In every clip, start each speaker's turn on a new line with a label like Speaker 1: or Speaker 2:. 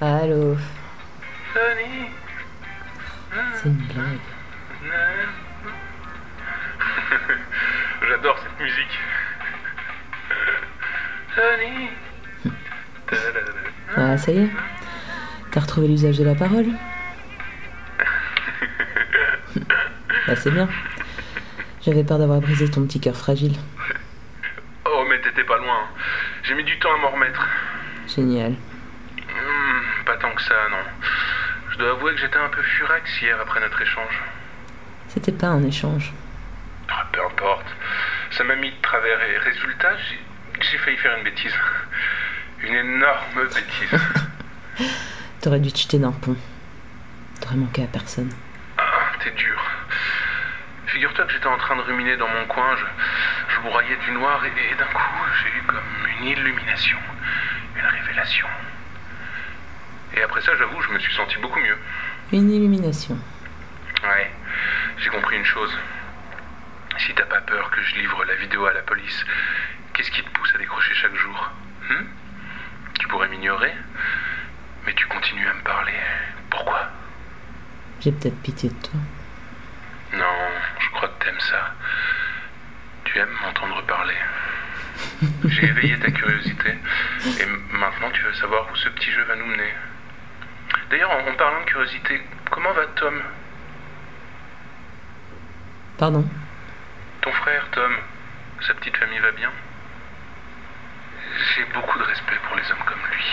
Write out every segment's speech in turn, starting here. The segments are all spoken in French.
Speaker 1: Allô,
Speaker 2: Sony
Speaker 1: c'est une blague.
Speaker 2: J'adore cette musique. Sony
Speaker 1: Ah, ça y est. T'as retrouvé l'usage de la parole Bah, c'est bien. J'avais peur d'avoir brisé ton petit cœur fragile.
Speaker 2: Oh, mais t'étais pas loin. J'ai mis du temps à m'en remettre.
Speaker 1: Génial.
Speaker 2: Hmm, pas tant que ça, non. Je dois avouer que j'étais un peu furax hier après notre échange.
Speaker 1: C'était pas un échange.
Speaker 2: Ah, peu importe. Ça m'a mis de travers et résultat, j'ai- j'ai failli faire une bêtise. Une énorme bêtise.
Speaker 1: T'aurais dû te jeter d'un pont. T'aurais manqué à personne.
Speaker 2: Ah, t'es dur. Figure-toi que j'étais en train de ruminer dans mon coin, je, je broyais du noir et, et d'un coup, j'ai eu comme une illumination, une révélation. Et après ça, j'avoue, je me suis senti beaucoup mieux.
Speaker 1: Une illumination.
Speaker 2: Ouais, j'ai compris une chose. Si t'as pas peur que je livre la vidéo à la police, qu'est-ce qui te pousse à décrocher chaque jour hmm Tu pourrais m'ignorer, mais tu continues à me parler. Pourquoi
Speaker 1: J'ai peut-être pitié de toi.
Speaker 2: Non, je crois que t'aimes ça. Tu aimes m'entendre parler. J'ai éveillé ta curiosité. Et m- maintenant, tu veux savoir où ce petit jeu va nous mener. D'ailleurs, en, en parlant de curiosité, comment va Tom
Speaker 1: Pardon
Speaker 2: Ton frère, Tom Sa petite famille va bien J'ai beaucoup de respect pour les hommes comme lui.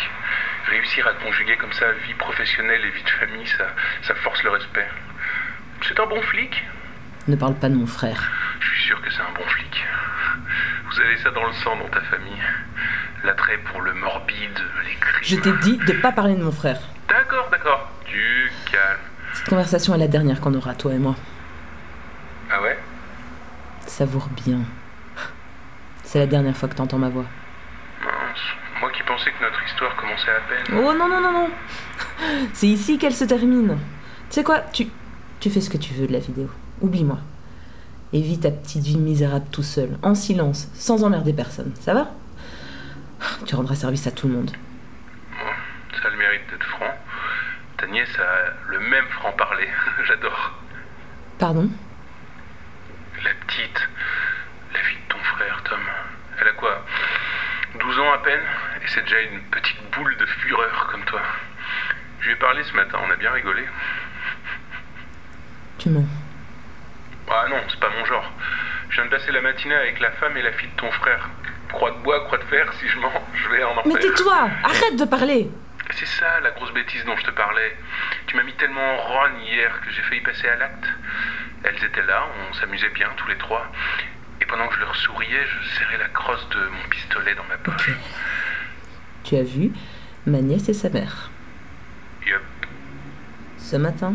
Speaker 2: Réussir à conjuguer comme ça vie professionnelle et vie de famille, ça, ça force le respect. C'est un bon flic
Speaker 1: Ne parle pas de mon frère.
Speaker 2: Je suis sûr que c'est un bon flic. Vous avez ça dans le sang dans ta famille. L'attrait pour le morbide, les crimes.
Speaker 1: Je t'ai dit de pas parler de mon frère.
Speaker 2: D'accord, d'accord. Tu calmes.
Speaker 1: Cette conversation est la dernière qu'on aura, toi et moi.
Speaker 2: Ah ouais
Speaker 1: Savoure bien. C'est la dernière fois que t'entends ma voix.
Speaker 2: Mince. Moi qui pensais que notre histoire commençait à peine.
Speaker 1: Oh non, non, non, non C'est ici qu'elle se termine. Tu sais quoi tu, tu fais ce que tu veux de la vidéo. Oublie-moi. Et vis ta petite vie misérable tout seul, en silence, sans emmerder personne. Ça va Tu rendras service à tout le monde.
Speaker 2: Bon, ça a le mérite d'être franc. Ta nièce a le même franc-parler. J'adore.
Speaker 1: Pardon
Speaker 2: La petite. La fille de ton frère, Tom. Elle a quoi 12 ans à peine Et c'est déjà une petite boule de fureur comme toi. Je lui ai parlé ce matin, on a bien rigolé.
Speaker 1: Tu mens.
Speaker 2: Ah non, c'est pas mon genre. Je viens de passer la matinée avec la femme et la fille de ton frère. Croix de bois, croix de fer, si je mens, je vais en enfer.
Speaker 1: Mais tais-toi Arrête de parler
Speaker 2: C'est ça la grosse bêtise dont je te parlais. Tu m'as mis tellement en rogne hier que j'ai failli passer à l'acte. Elles étaient là, on s'amusait bien tous les trois. Et pendant que je leur souriais, je serrais la crosse de mon pistolet dans ma poche.
Speaker 1: Ok. Tu as vu ma nièce et sa mère.
Speaker 2: Yup,
Speaker 1: Ce matin,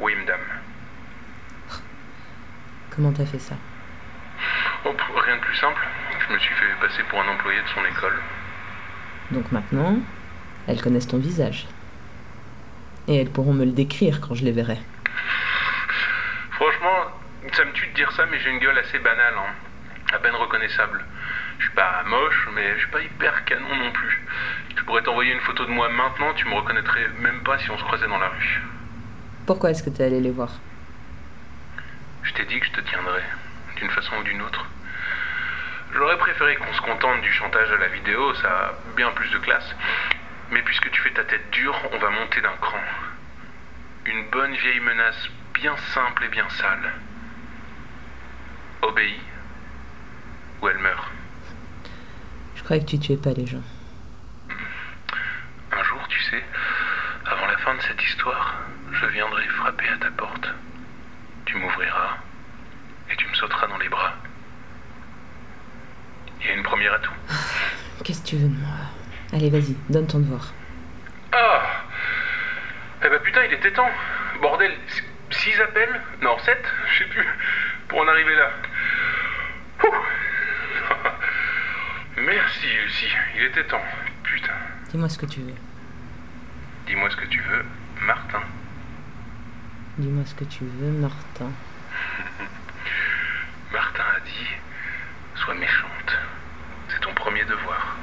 Speaker 2: oui, madame.
Speaker 1: comment t'as fait ça
Speaker 2: Oh, pff, rien de plus simple. Je me suis fait passer pour un employé de son école.
Speaker 1: Donc maintenant, elles connaissent ton visage. Et elles pourront me le décrire quand je les verrai.
Speaker 2: Franchement, ça me tue de dire ça, mais j'ai une gueule assez banale, hein. à peine reconnaissable. Je suis pas moche, mais je suis pas hyper canon non plus. Je pourrais t'envoyer une photo de moi maintenant, tu me reconnaîtrais même pas si on se croisait dans la rue.
Speaker 1: Pourquoi est-ce que t'es allé les voir
Speaker 2: Je t'ai dit que je te tiendrais, d'une façon ou d'une autre. J'aurais préféré qu'on se contente du chantage à la vidéo, ça a bien plus de classe. Mais puisque tu fais ta tête dure, on va monter d'un cran. Une bonne vieille menace bien simple et bien sale. Obéis ou elle meurt.
Speaker 1: Je croyais que tu tuais pas les gens.
Speaker 2: Un jour, tu sais, avant la fin de cette histoire, je viendrai frapper à ta porte. Tu m'ouvriras et tu me sauteras dans les bras. Il y a une première atout.
Speaker 1: Qu'est-ce que tu veux de moi Allez, vas-y, donne ton devoir.
Speaker 2: Ah Eh ben putain, il était temps Bordel, 6 appels Non, 7 Je sais plus. Pour en arriver là. Ouh. Merci, Lucie. Il était temps. Putain.
Speaker 1: Dis-moi ce que tu veux.
Speaker 2: Dis-moi ce que tu veux, Martin.
Speaker 1: Dis-moi ce que tu veux, Martin.
Speaker 2: Martin a dit Sois méchante. C'est ton premier devoir.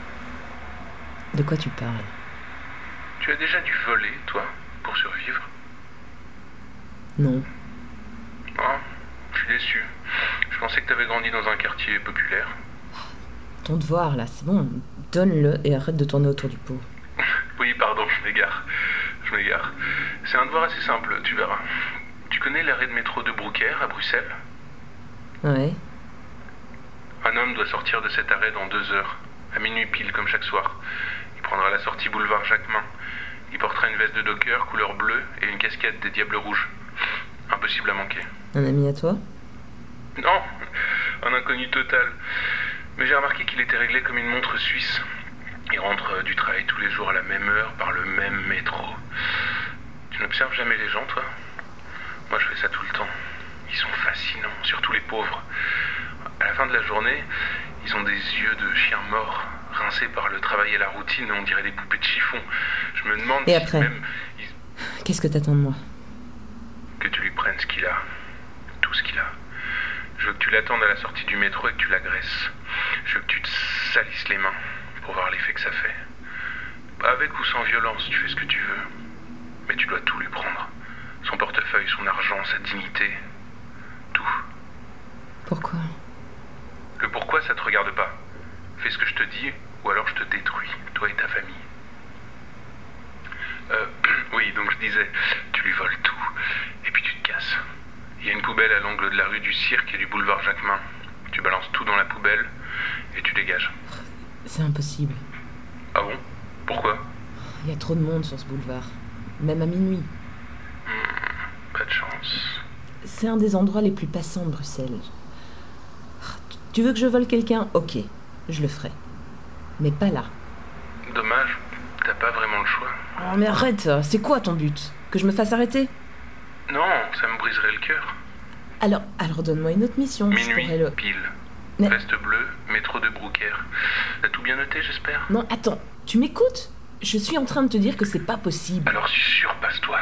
Speaker 1: De quoi tu parles
Speaker 2: Tu as déjà dû voler, toi, pour survivre
Speaker 1: Non.
Speaker 2: Hein Je suis déçu. Je pensais que t'avais grandi dans un quartier populaire.
Speaker 1: Ton devoir, là, c'est bon. Donne-le et arrête de tourner autour du pot.
Speaker 2: Oui, pardon, je m'égare. Je m'égare. C'est un devoir assez simple, tu verras. Tu connais l'arrêt de métro de Brouckère à Bruxelles
Speaker 1: Ouais.
Speaker 2: Un homme doit sortir de cet arrêt dans deux heures, à minuit pile comme chaque soir. Il prendra la sortie boulevard Jacquemin. Il portera une veste de docker couleur bleue et une casquette des Diables Rouges. Impossible à manquer.
Speaker 1: Un ami à toi
Speaker 2: Non, un inconnu total. Mais j'ai remarqué qu'il était réglé comme une montre suisse. Il rentre euh, du travail tous les jours à la même heure par le même métro. Tu n'observes jamais les gens, toi Moi, je fais ça tout le temps. Ils sont fascinants, surtout les pauvres. À la fin de la journée, ils ont des yeux de chiens morts, rincés par le travail et la routine, on dirait des poupées de chiffon. Je me demande
Speaker 1: Et
Speaker 2: si
Speaker 1: après
Speaker 2: même ils-
Speaker 1: Qu'est-ce que t'attends de moi
Speaker 2: que tu lui prennes ce qu'il a. Tout ce qu'il a. Je veux que tu l'attendes à la sortie du métro et que tu l'agresses. Je veux que tu te salisses les mains pour voir l'effet que ça fait. Avec ou sans violence, tu fais ce que tu veux. Mais tu dois tout lui prendre. Son portefeuille, son argent, sa dignité. Tout.
Speaker 1: Pourquoi
Speaker 2: Le pourquoi, ça te regarde pas. Fais ce que je te dis, ou alors je te détruis, toi et ta famille. Euh, oui, donc je disais, tu lui voles tout, et puis tu te casses. Il y a une poubelle à l'angle de la rue du Cirque et du boulevard Jacquemin. Tu balances tout dans la poubelle, et tu dégages.
Speaker 1: C'est impossible.
Speaker 2: Ah bon Pourquoi
Speaker 1: Il y a trop de monde sur ce boulevard. Même à minuit.
Speaker 2: Pas de chance.
Speaker 1: C'est un des endroits les plus passants de Bruxelles. Ah, Tu veux que je vole quelqu'un Ok, je le ferai. Mais pas là.
Speaker 2: Dommage, t'as pas vraiment le choix.
Speaker 1: Oh mais arrête, c'est quoi ton but Que je me fasse arrêter
Speaker 2: Non, ça me briserait le cœur.
Speaker 1: Alors, alors donne-moi une autre mission. je
Speaker 2: Minuit,
Speaker 1: pourrais le-
Speaker 2: pile.
Speaker 1: Mais-
Speaker 2: Veste bleue, métro de Brouckère. T'as tout bien noté, j'espère
Speaker 1: Non, attends, tu m'écoutes Je suis en train de te dire que c'est pas possible.
Speaker 2: Alors surpasse-toi.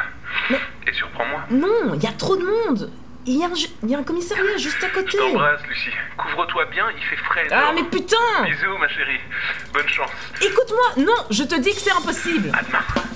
Speaker 1: Mais-
Speaker 2: Et surprends-moi.
Speaker 1: Non, il y a trop de monde Il y, a un ju- il y a un commissariat juste à
Speaker 2: Je
Speaker 1: côté
Speaker 2: t'embrasse, Lucie. Couvre-toi bien, il fait frais.
Speaker 1: Ah
Speaker 2: dehors.
Speaker 1: mais putain
Speaker 2: Bisous, ma chérie. Bonne chance.
Speaker 1: Écoute-moi Non, je te dis que c'est impossible
Speaker 2: À demain.